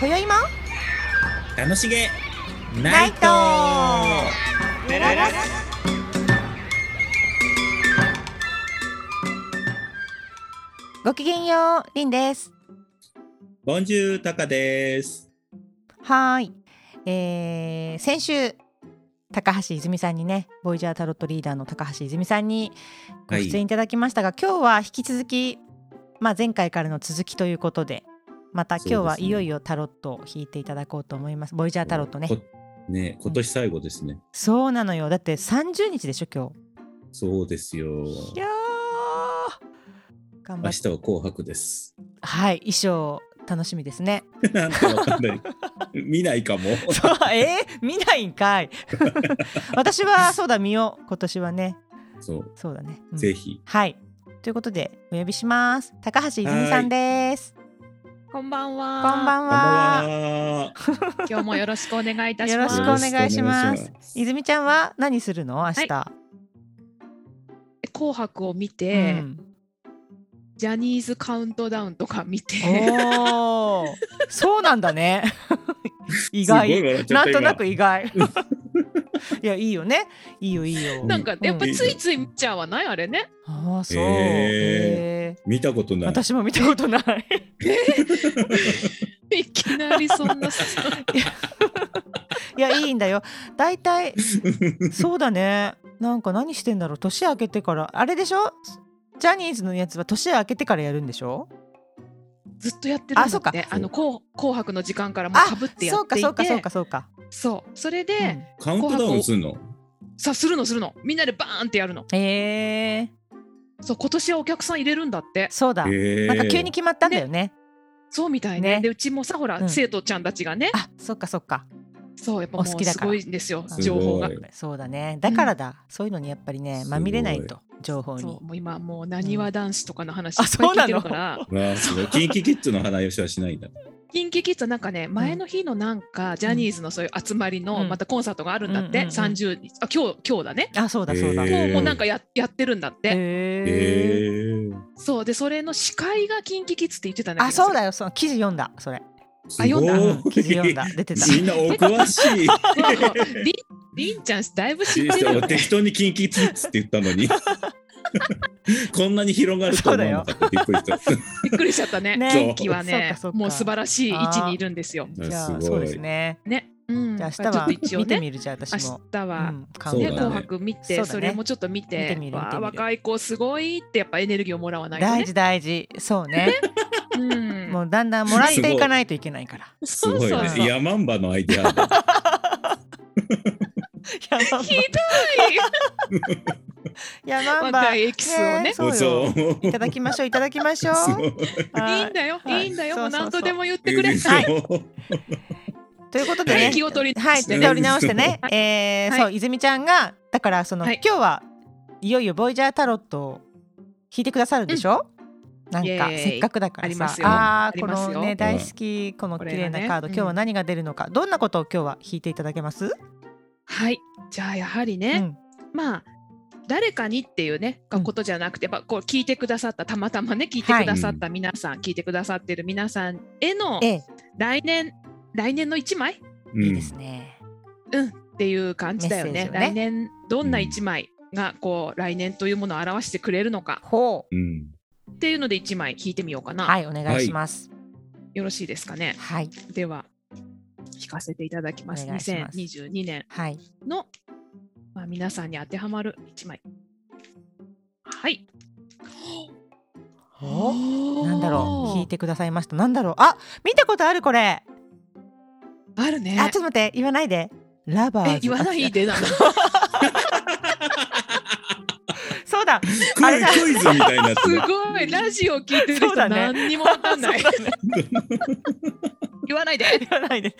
今宵も楽しげナナイイトトごきげんようりんですボンジュータカですはーい、えー、先週高橋泉さんにねボイジャータロットリーダーの高橋泉さんにごはい出演いただきましたが、今日は引き続きまあ前回からの続きということでまた今日そうはですねいよいよタロットを引いていただこうと思いますボイジャータロットねこね今年最後ですね、そうなのよだって30日でしょ今そうですよ日いやー頑張明って日は紅白です はい衣装楽しみですねなんかわかんない 見ないかもそうえー、見ないんか い私はそうだ見よう今年はねそうそうだね、うんぜひはいということでお呼びします高橋泉さんですこんばんこは。んばんこんばはんは今日もよろしくお願いいたしよろましす。くお願いしまよろしくお願いすします泉ちゃんは何するの明日、紅白を見うて、んジャニーズカウントダウンとか見て、おーそうなんだ ね意すごい外笑っちゃなったんとなく今意 外いやいいよねいいよいいよなんかやっぱうんついつい見ちゃうわないあれね。ああそう、へーへ見たことーない私も見たことないいきなり そんなさ。 いやいいんだよ大体そうだねなんか何してんだろう年明けてからあれでしょジャニーズのやつは年明けてからやるんでしょずっとやってるんあそだうかって。あの紅紅白の時間からもうかぶってやそうっかていて。そうかそうかそうか、そうそれで、カウントダウンするのさするのするの。みんなでバーンってやるの。うんえー、そう今年はお客さん入れるんだって。そうだ、へーなんか急に決まったんだよねそうみたいね。ねでうちもさほら、うん生徒ちゃんたちがね。あそうかそうかそうやっぱおも好うきだすからごいんですよすごい情報が。そうだねだからだ、そういうのにやっぱりねまみれないすと情報そにうもう今もうなにわ男子とかの話あいっぱいそう聞ないてのるから、わあ すごいキンキキッズの花吉はしないんだキンキキッズはなんかね前の日のなんかジャニーズのそういう集まりうのんまたコンサートがあるんだっうんうんて、うん三十30日あ今日今日だねあそうだそうだへへー今日もなんかややってるんだって、ええー、そうでそれの司会がキンキキッズって言ってたんだあけど そうだよその記事読んだそれす読んだごい記事読んだ出てたみんなお詳しいそうりりんちゃんだいぶ知ってるよね適当にキンキキッズって言った のにこんなに広がると思わなかったびっくりしたびっくりしちゃったねねキンキはねそうかそうかもう素晴らしい位置にいるんですよじゃすあごいそうですねね、うん、じゃあ明日だかはらちょっと一応見てねみるじゃあ明私も日は、うんそうねだね紅白見てそうそ,、だねれもちょっと見て見てみるわあ見てみる若い子すごいってやっぱエネルギーをもらわないとね大事大事そうねうん、もうだんだんもらっていかないといけない からすそごういそうねそうヤマンバのアイデアだひどいやまんば若いエキスをね そうよそういただきましょういただきましょうすごいはいいいんだよ、はいい、いんだよ、そうもそううそう何とでも言ってくれ。そはいうということではい、ね気を取りはいして手を取り直して ねはえーはいそう泉ちゃんがだからそのはい今日はいよいよボイジャータロットを弾いてくださるでしょなんイエかーイせっかくだからありまさすよああーりこますよのね大好きこの綺麗なカードこれがねう今ん日は何が出るのかどんなことを今日は弾いていただけますはい、じゃあやはりうね、んまあ誰かにっていうね、うんことじゃなくて、やっぱこう聞いてくださったたまたまね聞いてくださった皆さん、聞いてくださってる皆さんへのえ来年来年の一枚、うえんいいですねうん、っていう感じだよね。メッセージをね来年どんな一枚がこう来年というものを表してくれるのかほううんっていうので一枚聞いてみようかな。はいお願いしますよろしいですかね。はいでは聞かせていただきます。お願いします2022年はいの、まあ、皆さんに当てはまる1枚。はい。おおーなんだろう弾いてくださいましたなんだろうあ見たことあるこれあるね。あちょっと待って言わないでラバーえズ言わないでなんだ。あそうだクあれイだクイズみたいになってするごいラジオ聞いてるそう人だね何にも わか んない。言わないで。言わないで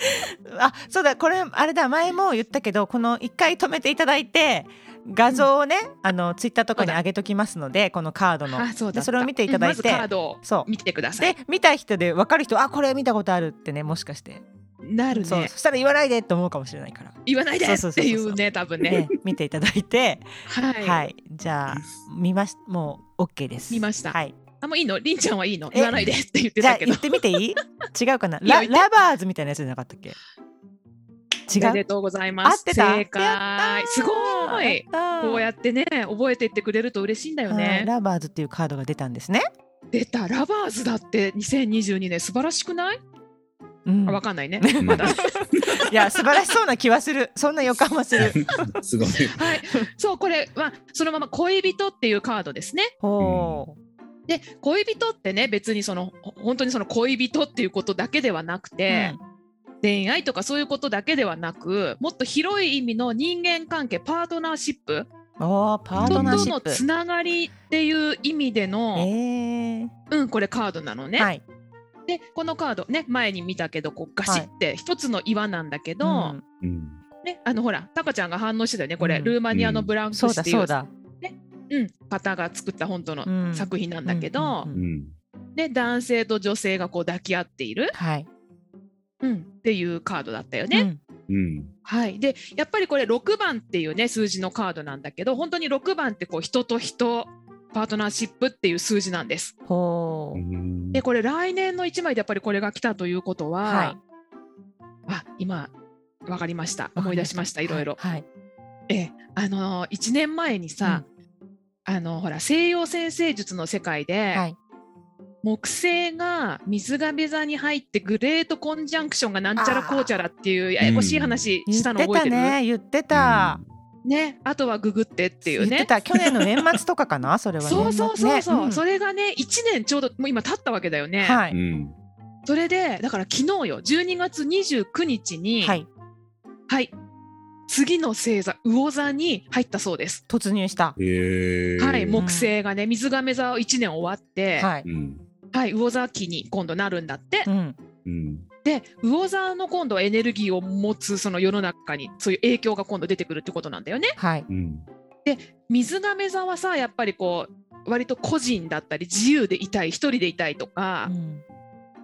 あそうだこれあれだ前も言ったけどこの一回止めていただいて画像をね、あのツイッターとかに上げときますのでこのカードのあそうだったでそれを見ていただいて、うんまずカードをそう見てください。で見た人で分かる人あこれ見たことあるってねもしかして、なるそうね。そしたら言わないでって思うかもしれないから、言わないでそうそうっそうてそういそううね多分ねね。、見ていただいてははい、い。じゃあ見ましもう OK です見ましたはいあもういいのりんちゃんはいいの言わないでって言ってじゃたあけど言ってみて いい違うかなラいいよ言ってラバーズみたいなやつじゃなかったっけ違おめうでとうございます合ってた正や解すごいこうやっやってね覚えてってくれると嬉しいんだたよはいねラバーズっていうカードが出たんですね、出たラバーズだって2022年素晴らしくない、うんあわかんない ねうんまだいや素晴らしそうな気はする そんな予感はす るすごい。はいそうこれはそのまま恋人っていうカードですねほう、で恋人ってね別にそのほ本当にその恋人っていうことだけではなくて、恋愛とかそういうことだけではなくもっと広い意味の人間関係パートナーシップうん、おーパー人トとナーシッのプつながりっていう意味での、えーうんこれカードなのね。はいでこのカードね前に見たけどこうガシって一つの岩なんだけど、うんうんね、あのほらタカちゃんが反応してたよねこれ、うんルーマニアのブランクそうスっだていう,、そううだん、方が作った本当うのん作品なんだけど、うんうんうんうんで男性と女性がこう抱き合っている、はいうん、っていうカードだったよね。うんうんはい、でやっぱりこれ6番っていうね数字のカードなんだけど本当に6番ってこう人と人パートナーシップっていう数字なんです。ほううんでこれ来年の1枚でやっぱりこれが来たということは、はいあ今わかりました思い出しましたいろいろ。はいええあの1年前にはいさ、あのほら西洋先生術の世界うで、んはい木星が水亀座に入ってグレートコンジャンクションがなんちゃらこうちゃらっていうややこしい話言っしたのて覚えたてるね言ってた、ね、あとはググってっていう言ってね。た去年の年末とかか なそれはそうそうそうそう、年末そねれがね1年ちょうどもう今経ったわけだよね、うんはういんそれでだから昨日よ12月29日にはいはい次の星座魚座に入ったそうです、突入したへえはい木星がね水亀座を1年終わって、ははいうんうんい魚座期に今度なるんだって、うんうんで魚座の今度はエネルギーを持つその世の中にそういう影響が今度出てくるってことなんだよねはいうん水亀座はさやっぱりこう割と個人だったり自由でいたい一人でいたいとか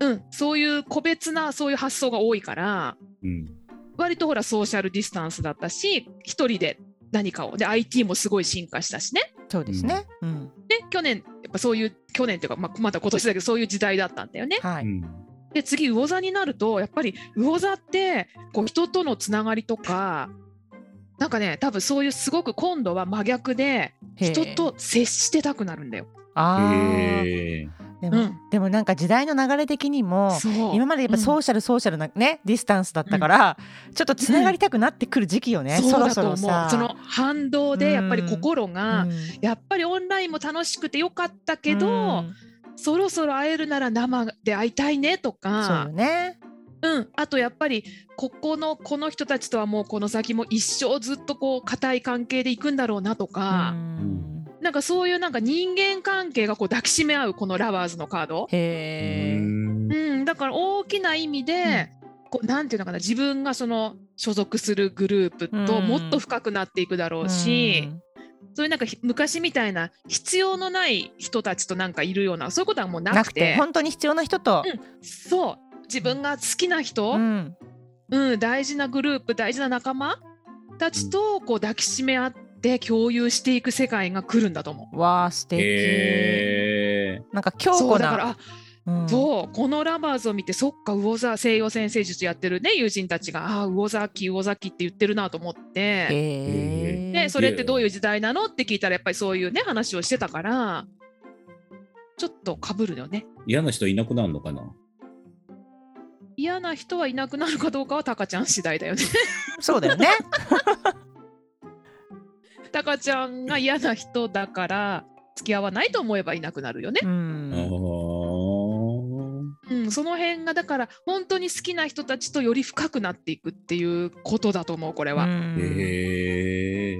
う、んうん、そういう個別なそういう発想が多いからうん割とほらソーシャルディスタンスだったし一人で何かをで IT もすごい進化したしねそうですねうんで去年やっぱそういう去年っていうか、まあ、また今年だけどそういう時代だったんだよね。はういんで次魚座になるとやっぱり魚座ってこう人とのつながりとかなんかね多分そういうすごく今度は真逆でへえ人と接してたくなるんだよ。あーへえでうもん、でもなんか時代の流れ的にもそう今までやっぱソーシャルソーシャルなねディスタンスだったからちょっとつながりたくなってくる時期よねそうそろだそとろ思うさその反動でやっぱり心が、うんやっぱりオンラインも楽しくてよかったけど、うんそろそろ会えるなら生で会いたいねとそうよかねう、ん、あとやっぱりここのこの人たちとはもうこの先も一生ずっとこう固い関係でいくんだろうなとうか、んなんかそういうなんか人間関係がこう抱きしめ合うこのラバーズのカード、へえうんうん、だから大きな意味で、こうなんていうのかな自分がその所属するグループともっと深くなっていくだろうし。そういうなんかひ昔みたいな必要のない人たちとなんかいるようなそういうことはもううんななくくてて本当に必要な人とそう自分が好きな人、ううんん大事なグループ大事な仲間たちとこう抱きしめ合って共有していく世界が来るんだと思わあ素敵へえなんかう。強そう固だからなあうんそうこのラバーズを見てそっか魚座西洋先生術やってるね友人たちがああ魚座期魚座期って言ってるなと思って。へえね、それってどういう時代なのって聞いたらやっぱりそういうね話をしてたからちょっとかぶるよね嫌な人いなくなるのかな嫌な人はいなくなるかどうかはタカちゃん次第だよね そうだよねタカちゃんが嫌な人だから付き合わないと思えばいなくなるよね、うあ んーうん、その辺がだから本当に好きな人たちとより深くなっていくっていうことだと思うこれは、うんへえ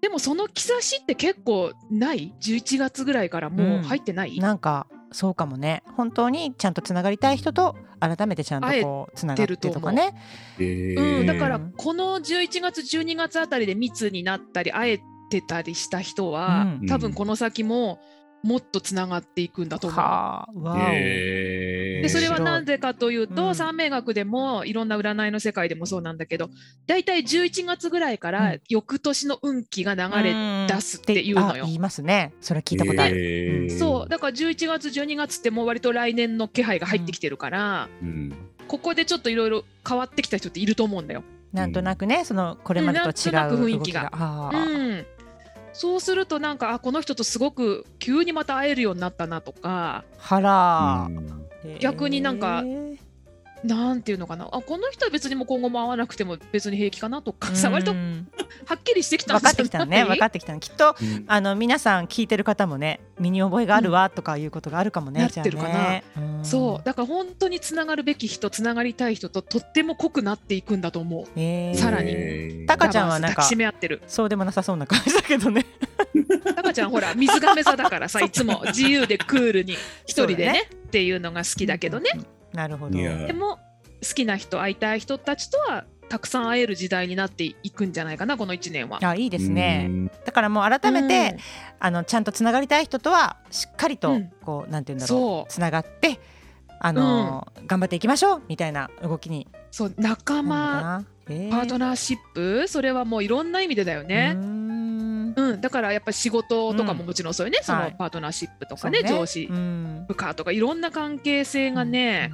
でもその兆しって結構ない11月ぐらいからもう入ってない、なんかそうかもね本当にちゃんとつながりたい人と改めてちゃんとこうつながってとかねへえうん、だかうらんこの11月12月あたりで密になったり会えてたりした人は、うん多分この先ももっとつながっていくんだと思う。はあ、わお。へーでそれ面は白いなぜかというと、うん三名学でもいろんな占いの世界でもそうなんだけど大体11月ぐらいかうらん翌年の運気が流れ、れ出すっていうのよ言いますね。それ聞いたことある。へーそうだから11月12月ってもう割と来年の気配が入ってきてるから、うんここでちょっといろいろ変わってきた人っていると思うんだよ。なんとなくね、そのこれまでとは違なんとなくう動雰囲き気がが。あうーんそうするとなんかあこの人とすごく急にまた会えるようになったなとかはらう。ん逆になんかへーなんていうのかなあこの人は別にもう今後も会わなくても別に平気かなとかうさん割とはっきりしてきたん分じゃかっないてきたのね。分かってきたの。きっとうんあの皆さん聞いてる方もね、身に覚えがあるわとかいうことがあるかもね。なってるかなじゃあね。んそう。だから本当につながるべき人つながりたい人ととっても濃くなっていくんだと思うへーさらにへータカちゃんはなんか抱きしめ合ってるそうでもなさそうな感じだけどね。タカちゃんほら水亀座だからさいつも自由でクールに一人 でそうだねっていうのが好きだけどねうん。なるほど。いやでも好きな人会いたい人たちとはたくさん会える時代になっていくんじゃないかなこの1年は。あいいですうね。んだからもう改めて、あのちゃんとつながりたい人とはしっかりと、うんこうなんて言うんだろそううつながってあのー頑張っていきましょうみたいな動きにうんそう仲間なるのかな、パートナナーシップそれはもういろんな意味でだよーねう。ーんうん、だからやっぱ仕事とかうもんもちろんそうよね、そはのいパートナーシップとそかうね上司、うん部下とかいろんな関係性がね、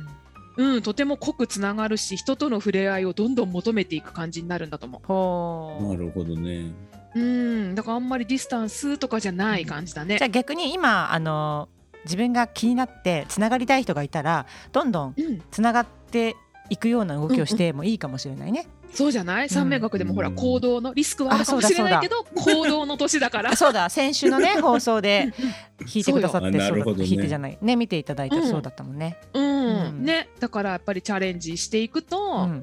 うんとても濃くつながるし人との触れ合いをどんどん求めていく感じになるんだと思ほうなるほどね。う。うんだからあんまりディスタンスとかじゃない感じだねじゃ。あ逆に今あのー自分が気になってつながりたい人がいたらどんどんうん、つながっていくような動きをしてもいいかもしれないね。そうじゃない三名学でもほらうん行動のリスクはああるかそうもだしれないけど行動の年 だからあそうだ先週の ね放送でうん聞いてくださってそうよあなるほどね聞いてじゃないね見ていただいたうんそうだったもんね。うん、うんねだからやっぱりチャレンジしていくうと、ん、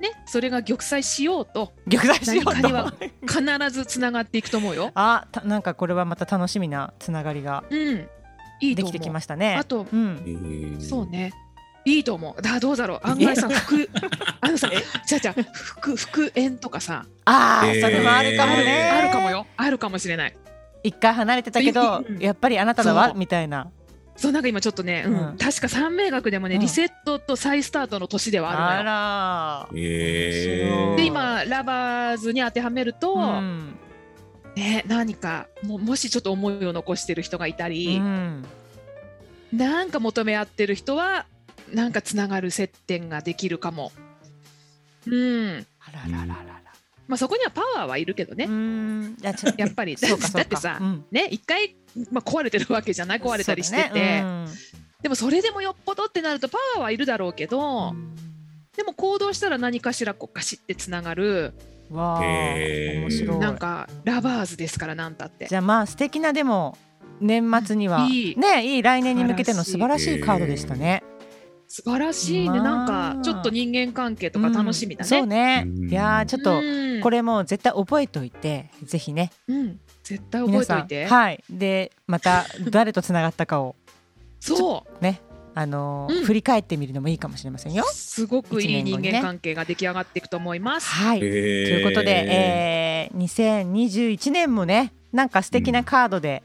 ねそれが玉砕しようと逆算しよう何かとには。必ずつながっていくと思うよ。あたなんかこれはまた楽しみなつながりがうん、いいでと思きう。てきましたねあ。とうん、そう。ね。いいと思う。だどうだろう。案外さ、 服、あのさ、じゃあじゃあ服復縁とかさ、ああ、えーそれもあるかもね。あるかも。よ。あるかもしれない。一回離れてたけどう、んやっぱりあなただわそうみたいな。そうなんか今ちょっとね、うんうん確か三名学でもね、うんリセットと再スタートの年ではあるのよ。あら。え面白いー、で今ラバーズに当てはめると、うん。ね何かもうもしちょっと思いを残してる人がいたうり、んなんか求め合ってる人はなんかつながる接点ができるかも。うん。あららららら。まあそこにはパワーはいるけどね。うん。いやちょっとやっぱりだそうかそうか。だってさ、うんね一回、まあ、壊れてるわけじゃない壊れたりしてて、そうだねうんでもそれでもよっぽどってなるとパワーはいるだろうけど、でも行動したら何かしらこうガシッてつながるわあ、へー面白い。なんかラバーズですからなんたってじ。ゃあまあ素敵なでも年末にはうんいいねいい来年に向けての素晴らしいカードでしたね。素晴らしいね、まあなんかちょっと人間関係とか楽しみだね。うんそうねう。んいやーちょっとうんこれもう絶対覚えておいてぜひねうん、絶対覚皆えておさいんて。はいでまた誰とつながったかをそね あのーうん振り返ってみるのもいいかもしれませんうよ。すごくいい人間関係が出来上がっていくと思います。はい。とえいうことで、えー、2021年もねなんか素敵なカードで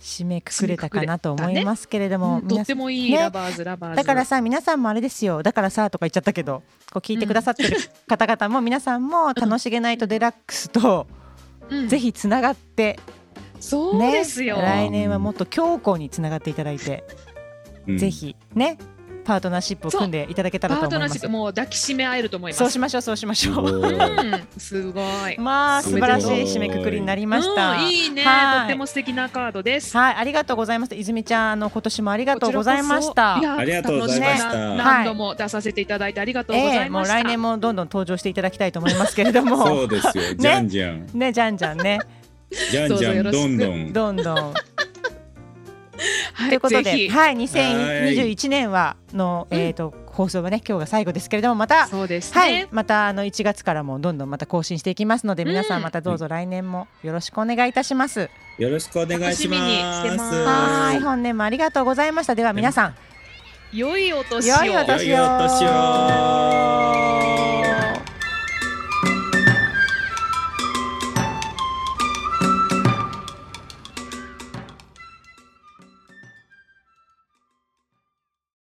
締めくくれたかなと思いますけれども、うんと皆っさてんもいい、ねラバーズラバーズ。だからさ皆さんもあれですよだからさとか言っちゃったけどこう聞いてくださってる方々も皆さんも楽しげないとデラックスとうんぜひつながって、そうねですよ。来年はもっと強固につながっていただいて、うんぜひねパートナーシップを組んでいただけたらパとー思トいナまーシッすプもう抱きしめ合えると思います。そうしましょうそうしましすょうごいうん、すごい。まあ素晴らしい締めくくりになりました、うん、いいね、はいとっても素敵なカードです。はいありがとうございます泉ちゃんあの今年もありがとうございましたこちらこそありがとうございました楽かっはい何度も出させていただいてありがとうござええいもうました。来年もどんどん登場していただきたいと思いますけれど そもうですよ。じゃんじゃん。ねじゃんじゃんねじゃんじゃん、どどうぞよろしんくどん。どんどんはということで、ぜひはい、2021年はの、うんえっ、と放送はね今日が最後ですけれどもまた、そうですね。はい、またあの1月からもどんどんまた更新していきますので、うん皆さんまたどうぞ来年もよろしくお願いいたします。よろしくお願いしま。楽しみにしてますすは、はい本年もありがとうございました。では皆さん、良いお年を。良いお年を。良いお年を